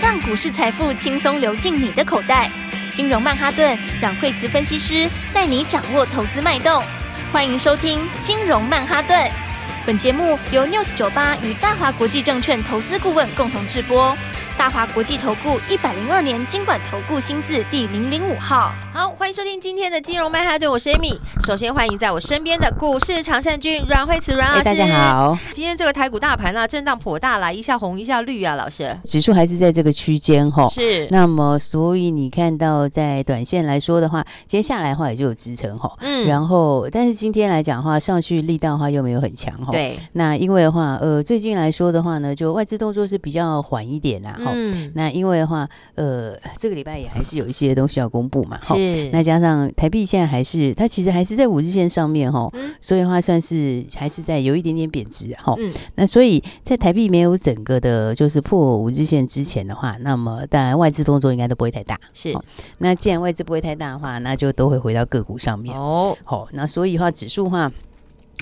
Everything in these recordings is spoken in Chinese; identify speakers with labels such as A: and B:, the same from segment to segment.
A: 让股市财富轻松流进你的口袋。金融曼哈顿让惠慈分析师带你掌握投资脉动。欢迎收听《金融曼哈顿》，本节目由 News 九八与大华国际证券投资顾问共同制播。大华国际投顾一百零二年经管投顾新字第零零五号。
B: 好，欢迎收听今天的金融曼哈顿，我是 Amy。首先欢迎在我身边的股市常胜军阮慧慈阮老
C: 哎，
B: 师、
C: 大家。好，
B: 今天这个台股大盘啊，震荡颇大啦，一下红一下绿啊，老师。
C: 指数还是在这个区间哈。
B: 是，
C: 那么，所以你看到在短线来说的话，今天下来的话也就有支撑哈。
B: 嗯
C: 然后，但是今天来讲的话，上去力道的话又没有很强哈。。
B: 对，
C: 那因为的话，呃，最近来说的话呢，就外资动作是比较缓一点啦哈。
B: 嗯，
C: 那因为的话，呃，这个礼拜也还是有一些东西要公布嘛哈。
B: 是，
C: 那加上台币现在还是它其实还是在五日线上面哈，
B: 嗯
C: 所以的话算是还是在有一点点贬值哈。
B: 嗯
C: 那所以在台币没有整个的就是破五日线之前的话，那么当然外资动作应该都不会太大。
B: 是，
C: 好那既然外资不会太大的话，那就都会回到个股上面。
B: 哦，
C: 好、那所以的话指数的话。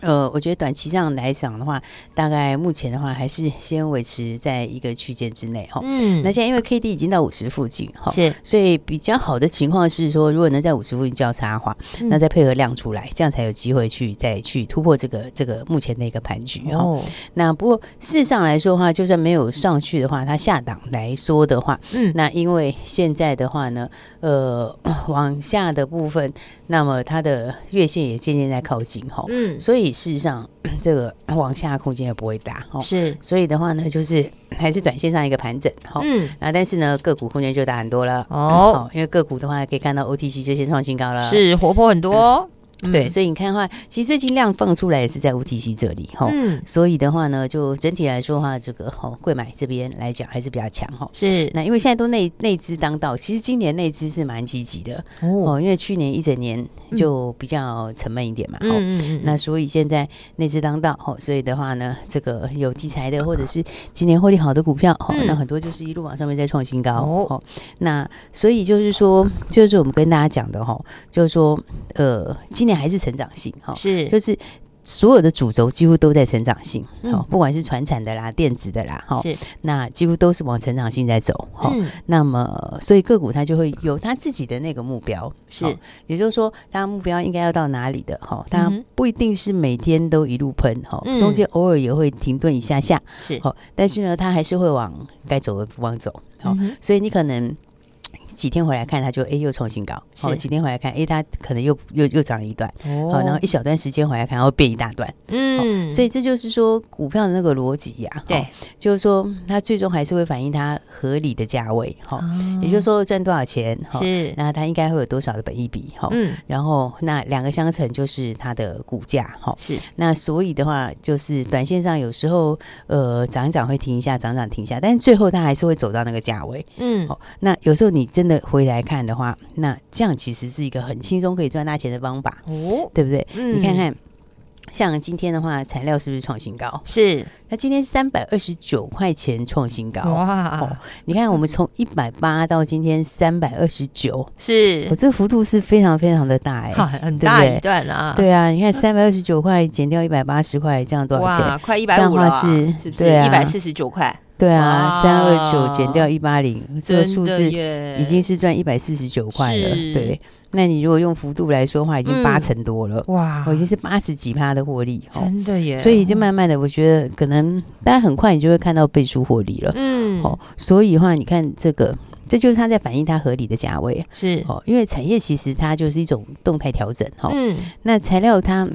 C: 呃，我觉得短期上来讲的话，大概目前的话还是先维持在一个区间之内哈。
B: 嗯
C: 那现在因为 K D 已经到五十附近哈，
B: 是，
C: 所以比较好的情况是说，如果能在五十附近交叉的话，
B: 嗯
C: 那再配合量出来，这样才有机会去再去突破这个这个目前的一个盘局哈。
B: 哦，
C: 那不过事实上来说的话，就算没有上去的话，它下档来说的话，
B: 嗯，
C: 那因为现在的话呢，呃， 往下的部分，那么它的月线也渐渐在靠近哈，
B: 嗯，
C: 所以事实上 这个往下的空间也不会大哈，
B: 是，
C: 所以的话呢，就是还是短线上一个盘整哈。
B: 嗯，
C: 那但是呢，个股空间就大很多了
B: 哦，
C: 因为个股的话可以看到 OTC 就先创新高了，
B: 是活泼很多哦，
C: 对，所以你看的话，其实最近量放出来也是在 OTC 这里哈，
B: 嗯，嗯，
C: 所以的话呢，就整体来说的话，这个哦，贵买这边来讲还是比较强哈。
B: 是，
C: 那因为现在都内内资当道，其实今年内资是蛮积极的
B: 哦，
C: 哦，因为去年一整年就比较沉闷一点嘛。哦
B: 嗯嗯嗯，
C: 那所以现在内资当道，哦，所以的话呢，这个有题材的或者是今年获利好的股票，哦，
B: 嗯
C: 那很多就是一路往上面在创新高
B: 哦
C: 哦那所以就是说，就是我们跟大家讲的哈、哦，就是说，呃，今年还是成长性哈、哦，
B: 是，
C: 就是所有的主轴几乎都在成长性，
B: 嗯
C: 哦，不管是传产的啦、电子的啦，哈、
B: 是，
C: 那几乎都是往成长性在走，哈、
B: 嗯，
C: 那么，所以个股它就会有它自己的那个目标，
B: 是
C: 哦，也就是说，它目标应该要到哪里的，哈、它
B: 嗯哼
C: 不一定是每天都一路喷，哈、
B: 嗯
C: 中间偶尔也会停顿一下下，
B: 是，
C: 好、但是呢，它还是会往该走的地方走，好、
B: 嗯哼
C: 所以你可能。几天回来看，它就哎、又创新高，
B: 是
C: 哦，几天回来看，哎、它可能又又又涨了一段，
B: 哦
C: 好，然后一小段时间回来看，然后变一大段，
B: 嗯，
C: 所以这就是说股票的那个逻辑呀、
B: 对
C: 哦，就是说它最终还是会反映它合理的价位，哈、
B: 啊
C: 也就是说赚多少钱，哈、
B: 是，
C: 那它应该会有多少的本益比，哈、
B: 嗯，
C: 然后那两个相乘就是它的股价，哈、
B: 是，
C: 那所以的话，就是短线上有时候呃涨一涨会停一下，涨一涨停一下，但是最后它还是会走到那个价位，
B: 嗯，
C: 哦，那有时候你真的回来看的话，那这样其实是一个很轻松可以赚大钱的方法，
B: 哦，
C: 对不对？
B: 嗯
C: 你看看，像今天的话，材料是不是创新高？
B: 是，
C: 那今天三百二十九块钱创新高。
B: 哇
C: 哦，你看，我
B: 嗯
C: 们从一百八到今天三百二十九，
B: 是
C: 我、，这幅度是非常非常的大哎、
B: 好，很
C: 对不
B: 大
C: 对
B: 一段啊，
C: 对啊，你看三百二十九块减掉一百八十块，这样多少钱？
B: 哇，快一
C: 这
B: 百
C: 样
B: 五
C: 的
B: 了
C: 话
B: 啊，
C: 是
B: 是不是？
C: 对啊
B: 一百四十九块，
C: 对啊，三二
B: 哇
C: 九减掉一八零，这个
B: 真
C: 数
B: 的
C: 字
B: 耶
C: 已经是赚一百四十九块了。
B: 是
C: 对，那你如果用幅度来说的话，已经
B: 嗯
C: 八成多了，
B: 哇
C: 我已经是八十几趴的获利。哦
B: 真的耶，
C: 所以就慢慢的，我觉得可能大家很快你就会看到倍数获利了。
B: 嗯，
C: 哦，所以的话，你看这个，这就是它在反映它合理的价位
B: 是，
C: 哦。因为产业其实它就是一种动态调整哈、哦
B: 嗯，
C: 那材料它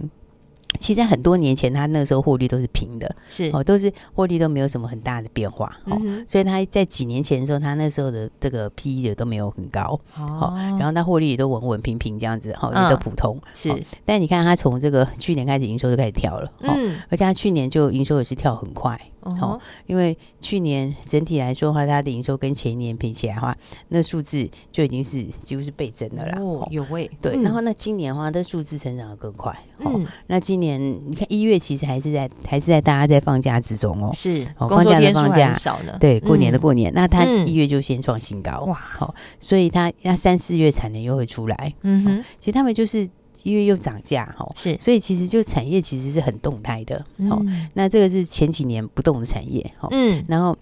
C: 其实在很多年前，它那时候获利都是平的
B: 是，
C: 哦，都是获利都没有什么很大的变化哦。
B: 嗯
C: 所以它在几年前的时候，它那时候的这个 P E 也都没有很高，
B: 嗯哼，
C: 哦然
B: 后
C: 后它获利也都稳稳平平这样子，哦，也都
B: 嗯
C: 普通。
B: 是
C: 哦，但你看它从这个去年开始营收就开始跳了，哦，
B: 嗯，
C: 而且它去年就营收也是跳很快，
B: 哦，
C: 因为去年整体来说的话，它的营收跟前一年比起来的话，那数字就已经是几乎是倍增的啦。
B: 哦
C: 哦，
B: 有味，
C: 对，
B: 嗯
C: 然后那今年的话，那数字成长的更快。哦，
B: 嗯，
C: 那今年你看一月其实还是在还是在大家在放假之中哦。
B: 是，
C: 哦
B: 工作
C: 放假的
B: 天数
C: 放
B: 还很
C: 假
B: 少呢，
C: 对，过年的
B: 嗯
C: 过年，那它
B: 嗯
C: 一月就先创新高，
B: 哇
C: 好、所以它那三四月产能又会出来。
B: 嗯哼，
C: 其实他们就是因为又涨价哈、哦，
B: 是，
C: 所以其实就产业其实是很动态的。好、
B: 嗯
C: 那这个是前几年不动的产业，哈、
B: 嗯，
C: 然后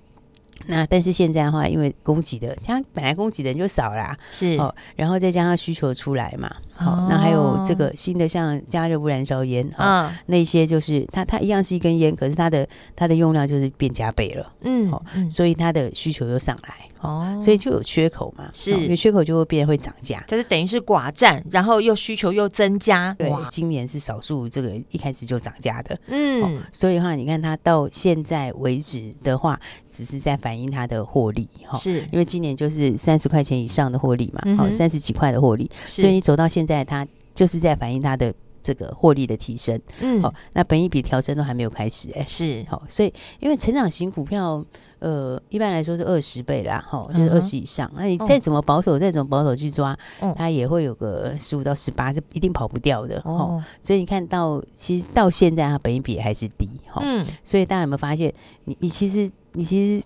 C: 那但是现在的话，因为供给的，它本来供给的人就少啦，
B: 是
C: 哦，然后再加上需求出来嘛，好、
B: 哦
C: 那还有这个新的像加热不燃烧烟，哦、
B: 嗯
C: 那些就是它它一样是一根烟，可是它的它的用量就是变加倍了，
B: 嗯
C: 好
B: 嗯
C: 所以它的需求又上来，
B: 哦
C: 所以就有缺口嘛，
B: 是
C: 有缺口就会变会涨价。
B: 这是等于是寡占，然后又需求又增加，
C: 对
B: 哇，
C: 今年是少数这个一开始就涨价的，
B: 嗯
C: 哦，所以的话，你看它到现在为止的话，只是在反映它的获利哈、
B: 嗯
C: 哦，
B: 是
C: 因为今年就是三十块钱以上的获利嘛
B: 嗯，
C: 好、
B: 哼
C: 三十几块的获利，所以
B: 是，
C: 你走到现在，它就是在反映它的这个获利的提升。
B: 嗯
C: 好、那本益比调升都还没有开始哎、
B: 是
C: 好，所以因为成长型股票，呃，一般来说是二十倍啦，哈，就是
B: 嗯
C: 二
B: 哼
C: 十以上。那你再
B: 嗯
C: 怎么保守，再怎么保守去抓，
B: 嗯
C: 它也会有个十五到十八，是一定跑不掉的。哦，
B: 哦，
C: 所以你看到，其实到现在它本益比还是低，哈、
B: 嗯
C: 所以大家有没有发现，你你其实你其实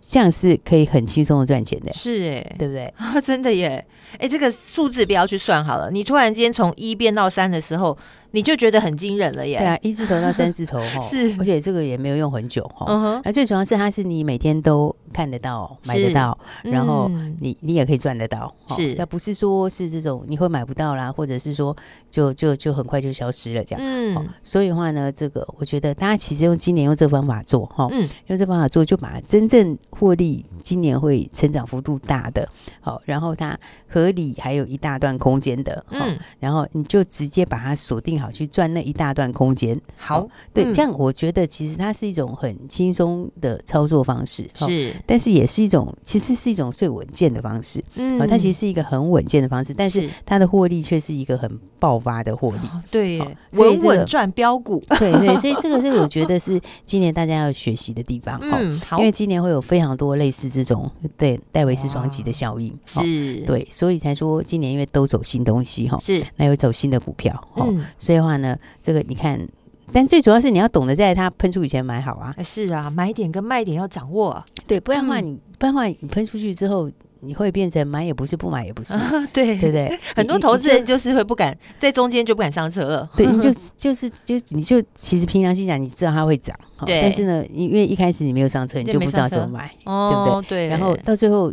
C: 这样是可以很轻松的赚钱的，
B: 是 哎，
C: 对不对？
B: 啊，真的耶！哎、这个数字不要去算好了。你突然间从一变到三的时候，你就觉得很惊人了耶。
C: 对啊，一字头到三字头，哈，
B: 是
C: 而且这个也没有用很久，哈、
B: 嗯哼，
C: 那最主要是它是你每天都看得到、买得
B: 是
C: 到，然后
B: 嗯
C: 你你也可以赚得到，哦
B: 是
C: 那不是说是这种你会买不到啦，或者是说就就就很快就消失了这样。哦
B: 嗯，
C: 所以的话呢，这个我觉得大家其实用今年用这个方法做哈，哦
B: 嗯
C: 用这方法做就把真正获利今年会成长幅度大的，好、然后它合理还有一大段空间的，哦
B: 嗯，
C: 然后你就直接把它锁定好去赚那一大段空间，
B: 好
C: 哦，对，
B: 嗯
C: 这样我觉得其实它是一种很轻松的操作方式，哦
B: 是
C: 但是也是一种，其实是一种最稳健的方式啊、
B: 嗯
C: 它其实是一个很稳健的方式，但是
B: 是
C: 它的获利却是一个很爆发的获 利。
B: 哦对耶，
C: 所以
B: 稳
C: 这
B: 稳
C: 个
B: 赚标股。
C: 对对，所以这个是我觉得是今年大家要学习的地方哈、
B: 嗯，好
C: 因，为今年会有非常多类似这种对戴维斯双击的效应，
B: 是，，
C: 哈哦对，所以才说今年因为都走新东西哈、
B: 是，
C: 那有走新的股票哈、
B: 嗯，
C: 所以的话呢，这个你看，但最主要是你要懂得在它喷出以前买好啊，
B: 哎是啊，买点跟卖点要掌握啊。
C: 对，不然的话
B: 嗯
C: 你、不然的话你喷出去之后，你会变成买也不是，不买也不是，
B: 对
C: 啊对不对？
B: 很多
C: 你
B: 投
C: 你
B: 资人就是会不敢在中间就不敢上车 了。
C: 对，你就就是就你就其实平常心讲，你知道它会涨，哦
B: 对
C: 但是呢，因为一开始你没有上车，你
B: 对
C: 就
B: 没
C: 不知道
B: 上
C: 怎么
B: 车
C: 买，
B: 哦，对
C: 然后到最后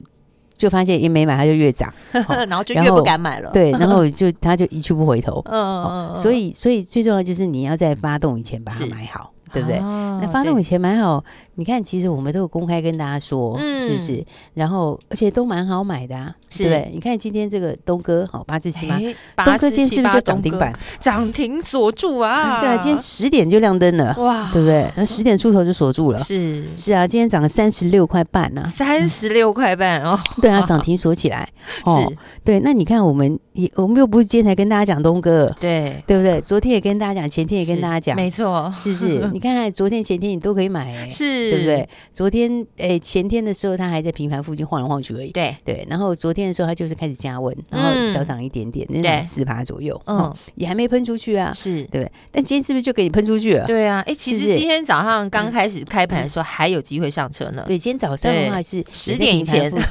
C: 就发现也哎没买，它就越涨，哦
B: 然后就
C: 然
B: 越不
C: 后
B: 敢买了。，
C: 对，然后就它就一去不回头。
B: 嗯
C: 哦，所以所以最重要就是你要在发动以前把它
B: 是哦
C: 买好，
B: 嗯
C: 对不对？
B: 那
C: 那发动以前蛮好，你看，其实我们都有公开跟大家说，是不是？然后而且都蛮好买的啊，
B: 嗯是
C: 对不对？你看今天这个东哥，好八四七八，
B: 哎
C: 东哥今天是不是就涨停？
B: 8478东
C: 板？
B: 哥涨停锁住啊！
C: 对啊，今天十点就亮灯了，
B: 哇，
C: 对不对？那十点出头就锁住了。
B: 是
C: 是啊，嗯今天涨了三十六块半呢、
B: 三十六块半哦，
C: 对啊，涨停锁起 来。哦
B: 是，，
C: 对，那你看我们也我们又不是今天才跟大家讲东哥，
B: 对，
C: 对不对？昨天也跟大家讲，前天也跟
B: 是
C: 大家讲，
B: 没错，
C: 是不是？你看看昨天、前天你都可以买、欸，
B: 是，
C: 对不对？？昨天诶，前天的时候它还在平盘附近晃来晃去而已。
B: 对，
C: 对，然后昨天的时候它就是开始加温，然后
B: 嗯
C: 小涨一点点，
B: 对
C: 那四趴左右，嗯
B: 嗯，，
C: 也还没喷出去啊，
B: 是。
C: 对不对？但今天是不是就给你喷出去了？
B: 对啊，哎，其
C: 呃是
B: 实
C: 是嗯
B: 今天早上刚开始开盘的时候还有机会上车呢。
C: 对，今啊天早上的话是
B: 10
C: 也在
B: 点以
C: 平
B: 前
C: 盘
B: 嗯
C: 附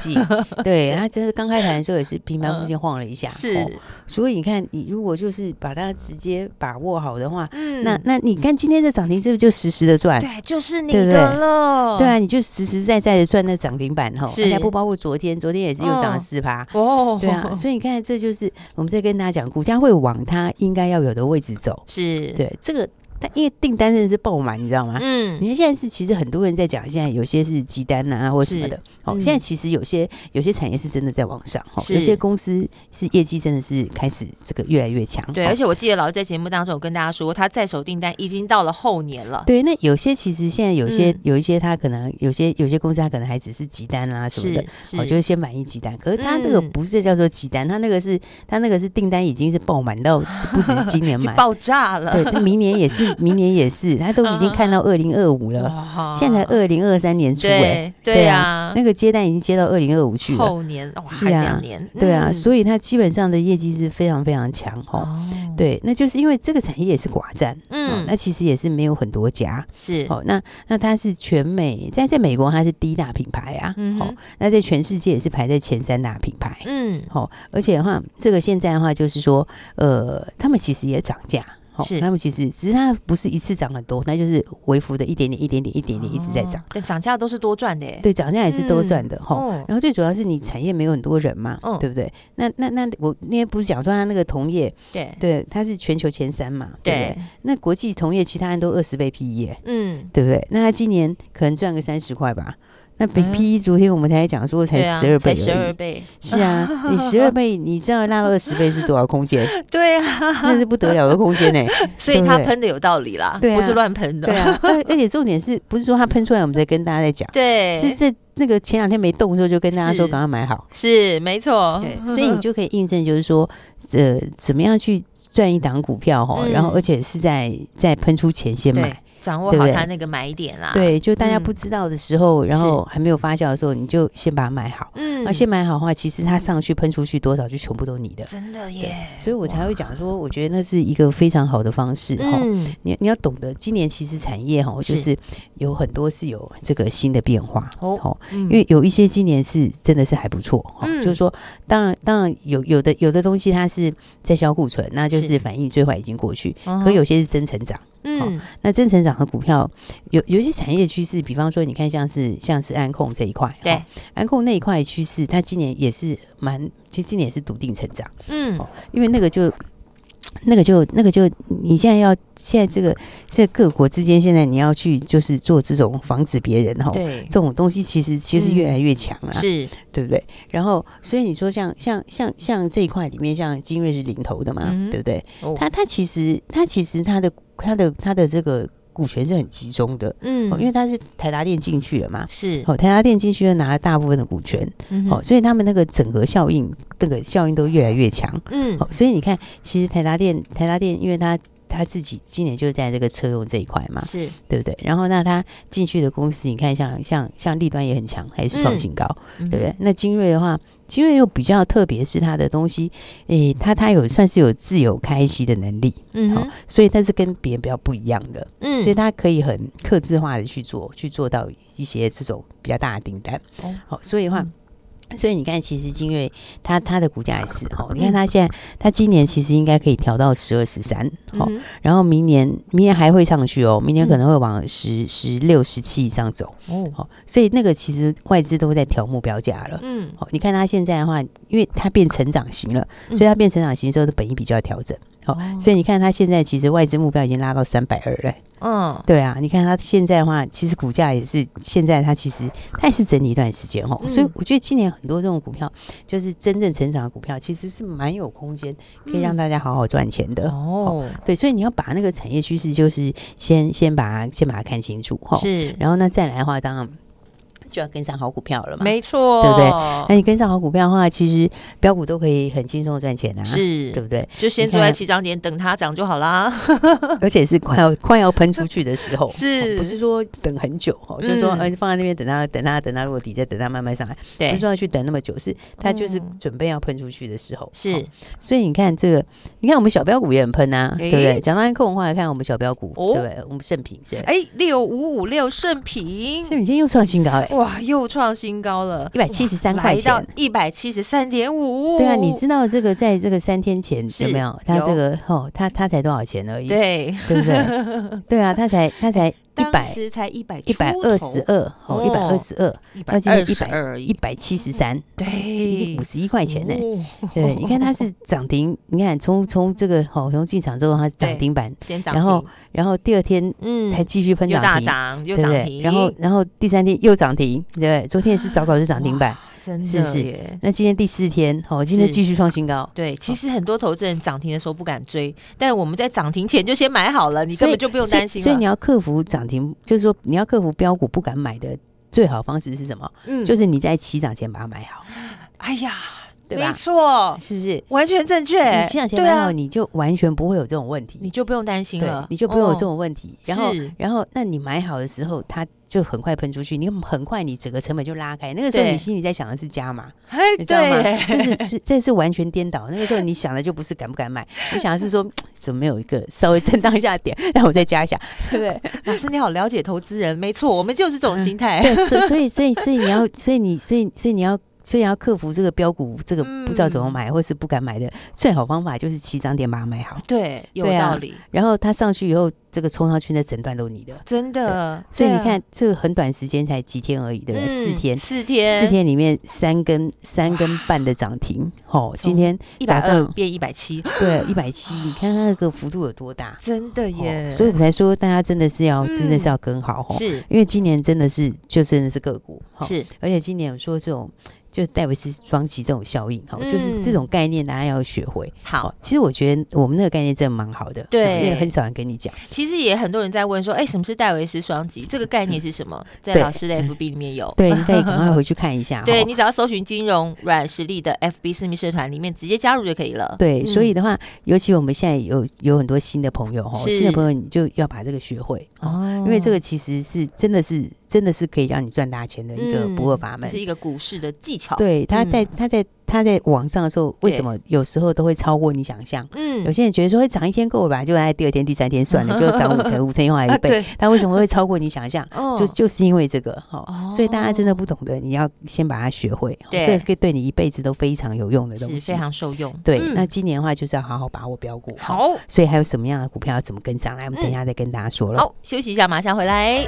C: 近，对，它真的刚开盘的时候也是平盘附近晃了一下，哦
B: 是，
C: 所以你看，你如果就是把它直接把握好的话，
B: 嗯
C: 那那你看今天的涨停是不是就实时的赚？
B: 对，就是你
C: 哎对不对
B: 的了。
C: 对啊，你就实实在在的赚那涨停板吼，
B: 是
C: 而且还不包括昨天，昨天也是又涨了
B: 嗯
C: 四趴。
B: 哦，
C: 对啊，所以你看，这就是我们在跟大家讲，股价会往它应该要有的位置走。
B: 是，，
C: 对，这个但因为订单真的是爆满，你知道吗？
B: 嗯，
C: 你看现在是，其实很多人在讲，现在有些是鸡单啊或什么的。哦，
B: 嗯
C: 现在其实有些有些产业是真的在往上，哦，
B: 是
C: 有些公司是业绩真的是开始这个越来越强。
B: 对，
C: 哦
B: 而且我记得老师在节目当中有跟大家说，他在手订单已经到了后年了。
C: 对，那有些其实现在有些、
B: 嗯
C: 有一些它可能有些有些公司它可能还只是鸡单啊什么的
B: 是，是，
C: 哦，就是先满意鸡单，可是它那个
B: 嗯
C: 不是叫做鸡单，它那个是它那个是订单已经是爆满到不只是今年
B: 就
C: 满，
B: 爆炸了。
C: 对，它明年也是，明年也是，它都已
B: 嗯
C: 经看到二零二五了，
B: 哇
C: 现在才二零二三年初哎、
B: 啊对对啊，
C: 那个接单已经接到二零二五去了，
B: 后年哇，
C: 是
B: 还
C: 啊
B: 两年，
C: 对啊，
B: 嗯
C: 所以它基本上的业绩是非常非常强哦。
B: 哦，
C: 对，那就是因为这个产业也是寡占，嗯、
B: 嗯，
C: 那其实也是没有很多家，
B: 是，
C: 哦，那那它是全美在在美国它是第一大品牌啊，
B: 嗯
C: 哦
B: 哼，
C: 那在全世界也是排在前三大品牌。
B: 嗯，
C: 哦，而且的话，这个现在的话就是说，呃，他们其实也涨价，哦
B: 是
C: 那么其实只是它不是一次涨很多，那就是微幅的一点点、一点点、一点点一直在涨。
B: 哦，但涨价都是多赚的耶。
C: 对，涨价也是都算的哈、
B: 哦，
C: 然后最主要是你产业没有很多人嘛，
B: 嗯
C: 对不对？那那那我那天不是讲说它那个同业，
B: 对
C: 对，它是全球前三嘛，对不
B: 对
C: 对？，那国际同业其他人都二十倍 PE，耶
B: 嗯，
C: 对不对？那它今年可能赚个三十块吧。那比
B: 嗯
C: PE 昨天我们才讲说才
B: 对啊
C: 十二倍而
B: 才
C: 已，
B: 十二倍，
C: 是啊，你十二倍，你知道拉到二十倍是多少空间？
B: 对啊，
C: 那是不得了的空间呢、
B: 所以
C: 对不
B: 他
C: 对
B: 喷的有道理啦，
C: 对啊
B: 不是乱喷的，
C: 对啊，而而且重点是不是说它喷出来，我们再跟大家再讲？
B: 对，
C: 这这那个前两天没动的时候，就跟大家说
B: 是
C: 赶快买好。
B: 是没错，
C: 对，所
B: 嗯
C: 以你就可以印证，就是说，呃，怎么样去赚一档股票哈、
B: 嗯
C: 然后而且是在在喷出前先
B: 对
C: 买，
B: 掌握
C: 对不
B: 好
C: 对
B: 他那个买点啦，，
C: 对，就大家
B: 嗯
C: 不知道的时候，然
B: 是
C: 后还没有发酵的时候，你就先把它买好。
B: 嗯
C: 那、先买好的话，其实它上去喷出去多少，就全部都你的。
B: 真的耶，
C: 所以我才会讲说，我觉得那是一个非常好的方式哈、
B: 嗯，
C: 你你要懂得，今年其实产业哈，就是是有很多是有这个新的变化
B: 哦
C: 哦，
A: 嗯
B: 因
C: 因为有一些今年是真的是还不错哈，
B: 嗯
C: 就是说，当然当然有有的有的东西它是在销库存，那就是是反映最坏已经过去，
B: 哦
C: 可有些是真成长。
B: 嗯
C: 那真成长的股票，有有一些产业趋势，比方说你看像是像是安控这一块，
B: 对
C: 哦，安控那一块趋势，它今年也是蛮，其实今年也是笃定成长。
B: 嗯
C: 哦因为那个就。那个就那个就，你现在要现在这个这各国之间，现在你要去就是做这种防止别人哈，哦
B: 对
C: 这种东西其实其实
B: 嗯
C: 越来越强啊了、
B: 是
C: 对不对？然后所以你说像像像像这一块里面，像精锐是领头的嘛，
B: 嗯
C: 对不对
B: 哦？
C: 它它其实它其实它的它的它的这个股权是很集中的，
B: 嗯
C: 哦，因为它是台达电进去了嘛，
B: 是
C: 哦，台达电进去了拿了大部分的股权，
B: 嗯
C: 哦，所以他们那个整合效应那个效应都越来越强。
B: 嗯
C: 好，所以你看，其实台达电，台达电，因为它它自己今年就在这个车用这一块嘛，
B: 是
C: 对不对？然后那它进去的公司，你看像像像立端也很强，还是
B: 嗯
C: 创新高，
B: 对
C: 对不对？那精锐的话，精锐又比较特别，是它的东西，诶，它它有算是有自有开息的能力，
B: 嗯
C: 好、
B: 哼
C: 所以它是跟别人比较不一样的，
B: 嗯
C: 所以它可以很克制化的去做，去做到一些这种比较大的订单。
B: 哦
C: 好、所以的话。
B: 嗯嗯
C: 所以你看，其实精锐它它的股价也是哦，你看它现在它今年其实应该可以调到十二十三，好，
B: 嗯
C: 然后明年明年还会上去哦，明年可能会往十十六十七以上走，
B: 哼哦
C: 好、所以那个其实外资都在调目标价了。
B: 嗯
C: 好、你看它现在的话，因为它变成长型了，所以
B: 嗯
C: 它变成长型之后的本益比就要调整。好、
B: 哦
C: 所以你看它现在其实外资目标已经拉到三百二了、
B: 嗯
C: 对啊，你看它现在的话，其实股价也是现在它其实它也是整理一段时间哦，
B: 嗯
C: 所以我觉得今年很多这种股票，就是真正成长的股票，其实是蛮有空间可以让大家好好赚钱的。
B: 嗯哦
C: 对，所以你要把那个产业趋势，就是先先把它先把它看清楚哈，
B: 是
C: 然后那再来的话，当然就要跟上好股票了嘛。
B: 没错
C: 对不对
B: 对？
C: 那你跟上好股票的话，其实标股都可以很轻松的赚钱啊，对
B: 是
C: 不对？
B: 就先
C: 你
B: 坐在
C: 看
B: 起涨点等它涨就好啦，
C: 而且是快要 快要喷出去的时候，
B: 是
C: 哦不是说等很久哦？就是说，
B: 嗯
C: 嗯，放在那边等它等它等它落底，再等它慢慢上来，不是
B: 对
C: 说要去等那么久，是它就是
B: 嗯
C: 准备要喷出去的时候。哦
B: 是
C: 所以你看这个，你看我们小标股也很喷啊，对不
B: 诶
C: 对？讲到安控的话，看我们小标股，
B: 哦
C: 对不对？我们盛品是，哎，
B: 哎六五五六盛平
C: 盛品今天又创新高哎，
B: 哇又创新高了，
C: 一百七十三块
B: 哦来到
C: 钱。
B: 一百七十三点五。
C: 对啊，你知道这个在这个三天前
B: 是
C: 有没有？它
B: 有
C: 这个哦，它它才多少钱而已，
B: 对，
C: 对 不对？对啊，它才它才一
B: 哎当
C: 百
B: 时才一百
C: 一百二十，二哦，一百
B: 哦
C: 二十二，
B: 一百
C: 那今天
B: 二
C: 一
B: 十
C: 百
B: 二而
C: 一
B: 已，
C: 百七十三，
B: 对，
C: 已经五十一块钱呢、
B: 哦
C: 对，你看它是涨停，你看从从这个好从进场之后它是涨停板，
B: 先涨停，
C: 然后然后第二天
B: 嗯，
C: 还继续喷
B: 又大
C: 涨停，
B: 涨又
C: 对不
B: 涨
C: 对？
B: 停，
C: 然后然后第三天又涨停，对不对？昨天也是早早就涨停板，
B: 真的
C: 是不是
B: 耶
C: 那今天第四天，好，今天
B: 是啊
C: 继续创新高。
B: 对，其实很多投资人涨停的时候不敢追，但我们在涨停前就先买好了，你
C: 所
B: 根
C: 以
B: 本就不用担心
C: 所以。所以你
B: 了。
C: 要克服涨停，就是说你要克服标股不敢买的最好方式是什么？
B: 嗯
C: 就是你在起涨前把它买好，
B: 哎呀，
C: 对
B: 没
C: 吧？
B: 错，
C: 是不是？
B: 完全正确。
C: 你起涨前
B: 对
C: 买
B: 啊
C: 好，，你就完全不会有这种问
B: 你
C: 题。
B: 就不用担心
C: 对
B: 了，，
C: 你就不会有这
B: 哦
C: 种问题。然后
B: 是，
C: 然后，那你买好的时候，它就很快喷出去，你很快你整个成本就拉开。那个时候，
B: 对
C: 你心里在想的是 加码，
B: 哎，
C: 你知道吗？
B: 对耶，
C: 这是 是这是完全颠倒。那个时候你想的就不是敢不敢买，你想的是说怎么没有一个稍微震荡一下点， 让我再加一下，对不对？
B: 老师你好，了解投资人，没错，我们就是这种心态。
C: 对，所以所以所以所以你要，所以你所以所以你要所以要克服这个标股，这个
B: 嗯
C: 不知道怎么买、或是不敢买的，最好方法就是起涨点把它买好，
B: 对，有
C: 对啊
B: 道理，
C: 然后它上去以后，这个冲上去那整段都你的。
B: 真的。
C: 所以你
B: 对啊
C: 看，，这个很短时间才几天而已，对不对？四
B: 嗯
C: 天，
B: 四天，
C: 四天里面三根三根半的涨停，哦，今天
B: 一百
C: 早
B: 二
C: 上
B: 变一百 七，
C: 对一百七，你看它那个幅度有多 大，
B: 真的耶。
C: 哦所以我才说大家真的是要
B: 嗯
C: 真的是要跟好哦，
B: 是
C: 因为今年真的是就真的是个股，哦，
B: 是
C: 而且今年我说这种就戴维斯双击这种效应，哈，就是
B: 嗯
C: 这种概念大家要学会。
B: 好，
C: 其实我觉得我们那个概念真的蛮好的，
B: 对
C: 哦因为很少人跟你讲。
B: 其实也很多人在问说，哎，什么是戴维斯双击？这个概念是什么？在
C: 嗯对嗯
B: 老师的 FB 里面有。
C: 对，你 可以赶快回去看一下。
B: 对
C: 哦
B: 你只要搜寻金融软实力的 FB 私密社团里面直接加入就可以了。
C: 对，
B: 嗯
C: 所以的话，尤其我们现在有有很多新的朋友哦，
B: 是
C: 新的朋友你就要把这个学会哦，
B: 哦
C: 因为这个其实是真的是真的是可以让你赚大钱的一个
B: 嗯
C: 不二法
B: 这
C: 门
B: 是。一个股市的技巧。，
C: 对，他在
B: 嗯
C: 他在他在网上的时候，为
B: 对
C: 什么有时候都会超过你想象？有
B: 嗯，
C: 些人觉得说，哎，涨一天够了吧，就在第二天、第三天 算了，就涨五成，五成用来
B: 啊
C: 一倍。
B: 对，
C: 它为什么会超过你想象？
B: 哦
C: 就就是因为这个哈、
B: 哦
C: 哦，所以大家真的不懂的，你要先把它学会，哦
B: 对
C: 这个对你一辈子都非常有用的东
B: 是
C: 西。
B: 非常受用。
C: 对，
B: 嗯
C: 那今年的话就是要好好把握标股。哦，
B: 好嗯
C: 所以还有什么样的股票要怎么跟上来？我们等一下再跟大家说了。
B: 好休息一下，马上回来。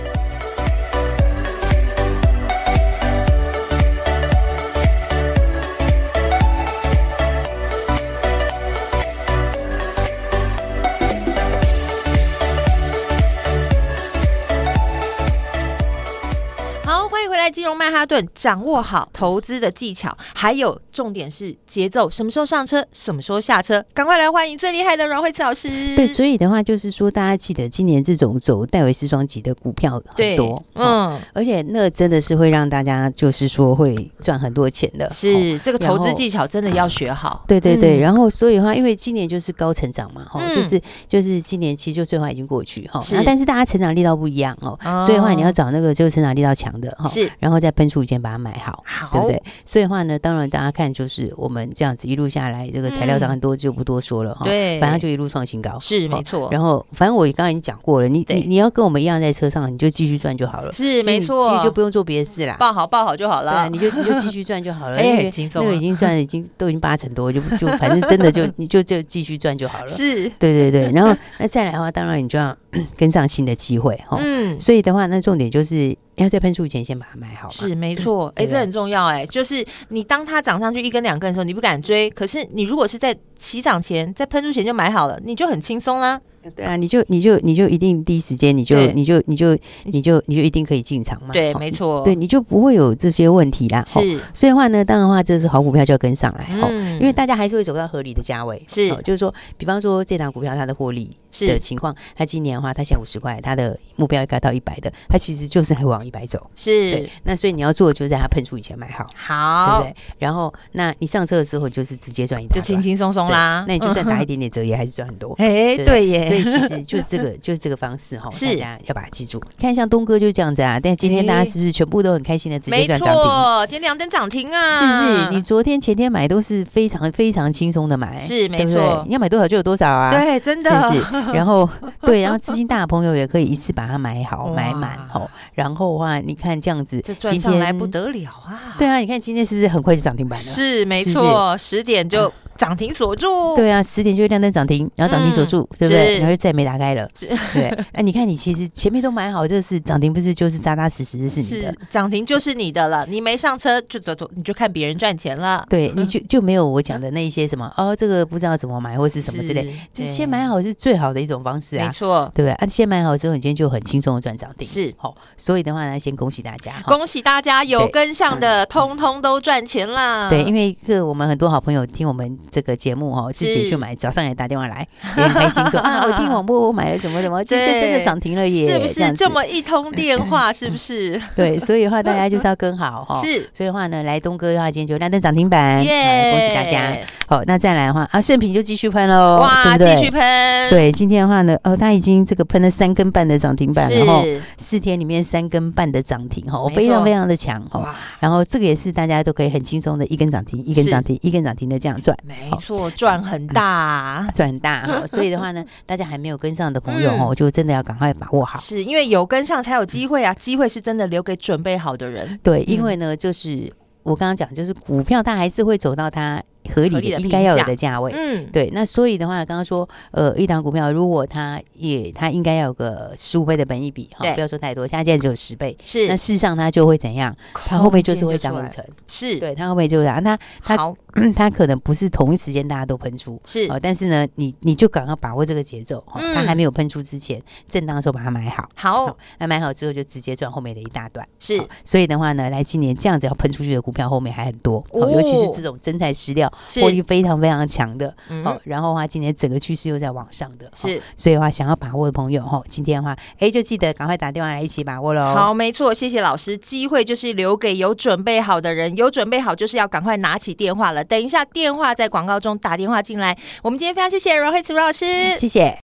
B: 好，欢迎回来，金融曼哈顿，掌握好投资的技巧，还有重点是节奏，什么时候上车，什么时候下车，赶快来欢迎最厉害的阮慧慈老师。
C: 对，所以的话就是说，大家记得今年这种走戴维斯双级的股票很
B: 对
C: 多，嗯，
B: 嗯，
C: 而且那真的是会让大家就是说会赚很多钱的，哦
B: 是这个
C: 然
B: 投资
C: 后
B: 技巧真的要学好。
C: 对对对，
B: 嗯
C: 然后所以的话，因为今年就是高成长嘛，哈、
B: 嗯
C: 就是就是今年其实就最坏已经过去哈，
B: 是
C: 然后但是大家成长力道不一样哦，
B: 哦
C: 所以的话你要找那个就是成长力道强的哈，
B: 是
C: 然后再喷出一件把它买好，
B: 好，
C: 对不对？所以的话呢，当然大家看就是我们这样子一路下来，这个材料
B: 嗯
C: 涨很多就不多说了哈，
B: 对
C: 反正就一路创新高，
B: 是没
C: 哦
B: 错，
C: 然后反正我刚才已经讲过了，你
B: 对
C: 你你要跟我们一样在车上，你就继续赚就好了，
B: 是没
C: 其实你
B: 错，
C: 其实就不用做别的事啦。
B: 报好报好就好
C: 对啊，
B: 了。
C: 你就你就继续赚就好 了，
B: 哎
C: 因
B: 很
C: 为
B: 轻松
C: 那个
B: 啊
C: 已经赚了，已经都已经八成多，就就反正真 的就你就就继续赚就好了。
B: 是，
C: 对对对，然后那再来的话，当然你就要 跟上新的机会哈。
B: 嗯，
C: 所以的话，那重点就是要在喷出以前先把它买好嘛。
B: 是没错，哎，
C: 对不
B: 这
C: 对
B: 很重要，哎，就是你当它涨上去一根两根的时候，你不敢追，可是你如果是在起涨前，在喷出前就买好了，你就很轻松啦。
C: 对啊，你就你就你就一定第一时间你就
B: 对
C: 你就你就你就你就一定可以进场嘛。
B: 对，
C: 吼
B: 没错，
C: 对，，你就不会有这些问题啦。吼
B: 是，
C: 所以的话呢，当然的话，这是好股票就要跟上来哈。吼
B: 嗯
C: 因为大家还是会走到合理的价位，哦
B: 是
C: 就是说，比方说这档股票它的获利
B: 是
C: 的情况，它今年的话，它现在五十块，它的目标应该到一百的，它其实就是还往一百走，
B: 是
C: 对。那所以你要做的就是在它喷出以前买好，对不
B: 好，
C: 对？然后，那你上车的时候就是直接赚一大
B: 就
C: 段
B: 轻轻松松
C: 对
B: 啦。
C: 那你就算
B: 嗯
C: 打一点点折也还是赚很多。
B: 哎，
C: 对不
B: 对耶，
C: 所以其实就这个 就是这个方式哈，大
B: 是
C: 家要把它记住。看像东哥就是这样子啊，但今天大
B: 哎
C: 家是不是全部都很开心的直接
B: 没
C: 赚涨停？
B: 错，今天两灯涨停啊，
C: 是不是？你昨天前天买都是非常非常轻松的买，
B: 是没
C: 对不对
B: 错
C: 你要买多少就有多少啊，
B: 对，真
C: 是
B: 的
C: 不是？然后对，然后资金大的朋友也可以一次把它买好
B: 哇
C: 买满哦。然后的话，你看这样子，
B: 这赚上来不得了啊！
C: 对啊，你看今天是不是很快就涨停板了？
B: 是没
C: 是不
B: 错，十点就涨停锁住。
C: 对啊，十点就亮灯涨停，然后涨停锁住，对不
B: 嗯是
C: 对？然后就再也没打开了，对。那你看，你其实前面都买好，这是涨停，不是就是扎扎实实的是你的
B: 是，涨停就是你的了，你没上车就走走，你就看别人赚钱了。
C: 对，你就就没有我讲的那一些什么哦，这个不知道怎么买或是什么之类，
B: 是
C: 就
B: 对
C: 先买好是最好的一啊种方式
B: 没
C: 啊，
B: 错，
C: 对不对？啊，先买好之后，你今天就很轻松的赚涨停，
B: 是
C: 好、所以的话呢，先恭喜大家，哈
B: 恭喜大家有
C: 对嗯
B: 跟上的，通通都赚钱啦。
C: 对，因为个我们很多好朋友听我们这个节目哦，自己
B: 是
C: 去买，早上也打电话 来，也很开心说啊，我听广播我买了什么什么，这这真的
B: 对
C: 涨停了耶，
B: 是不是
C: 样
B: 这
C: 子
B: 么一通电话？是不是？
C: 对？所以的话，大家就是要跟好 哈。
B: 是
C: 所以的话呢，来东哥的话，今天就亮灯涨停板，
B: 耶！
C: 好哦恭喜大家！！好，那再来的话啊，盛平就继续喷喽，对
B: 哇，
C: 不
B: 继
C: 对？
B: 续喷，
C: 对，今天的话呢，哦，它已经这个喷了三根半的涨停板了哈，
B: 是
C: 四天里面三根半的涨停哈，
B: 没错
C: 非常非常的强哈。
B: 哇，
C: 然后这个也是大家都可以很轻松的一根涨停，一根
B: 是
C: 涨停，一根涨停的这样赚。
B: 没错，赚很大。啊
C: 赚很大哈，所以的话 呢，大家还没有跟上的朋友
B: 嗯
C: 哦，就真的要赶快把握好。
B: 是因
C: 嗯
B: 为有跟上才有机会啊，机会是真的留给准备好的人。
C: 对，因为呢，就是我刚刚讲，就是股票它还是会走到它合理
B: 合
C: 的
B: 理的
C: 应该要有
B: 评
C: 的价位。
B: 嗯，
C: 对，那所以的话，刚刚说，呃，一档股票如果它也它应该要有个十五倍的本益比，
B: 对
C: 不要说太多，现在现在只有十倍，
B: 是
C: 那事实上它就会怎样？它会不会就是会涨五？成？
B: 是，
C: 对，它会不会就是啊？那它
B: 好，
C: 嗯它可能不是同一时间大家都喷出，
B: 是
C: 哦，但是呢，你你就赶快把握这个节奏，哦
B: 嗯
C: 它还没有喷出之前，震荡的时候把它买好，
B: 好，
C: 那买好之后就直接赚后面的一大段。
B: 是
C: 好所以的话呢，来今年这样子要喷出去的股票后面还很多，好尤其是
B: 哦
C: 这种真材实料
B: 是
C: 获利非常非常强的，好
B: 嗯，，
C: 然后的话今年整个趋势又在往上的，好
B: 是。
C: 所以的话，想要把握的朋友哈，今天的话，哎，就记得赶快打电话来一起把握喽。
B: 好，没错，谢谢老师。机会就是留给有准备好的人，有准备好就是要赶快拿起电话了。等一下电话在广告中打电话进来。我们今天非常谢谢阮慧慈阮老师。
C: 谢谢。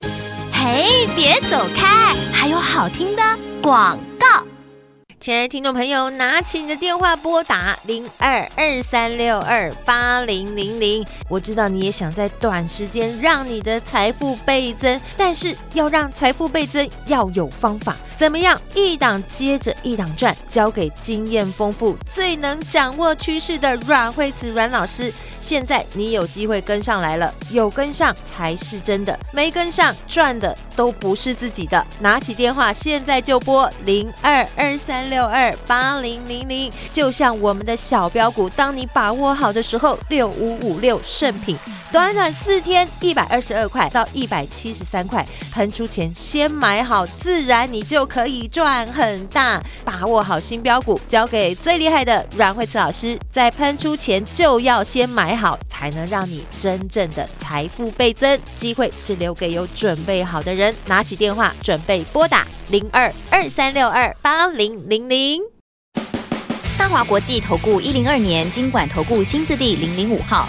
A: 嘿，别走开，还有好听的广告。
B: 亲爱的听众朋友，拿起你的电话拨打零二二三六二八零零零。我知道你也想在短时间让你的财富倍增，但是要让财富倍增要有方法。怎么样？一档接着一档赚，交给经验丰富、最能掌握趋势的阮惠慈阮老师。现在你有机会跟上来了，有跟上才是真的，没跟上赚的都不是自己的。拿起电话，现在就拨零二二三六二八零零零。就像我们的小标股，当你把握好的时候，六五五六圣品，短短四天一百二十二块到一百七十三块，喷出前先买好，自然你就可以赚很大。把握好新标股，交给最厉害的阮慧慈老师，在喷出前就要先买好，才能让你真正的财富倍增。机会是留给有准备好的人，拿起电话准备拨打零二二三六二八零零零。
A: 大华国际投顾一零二年经管投顾新字第零零五号。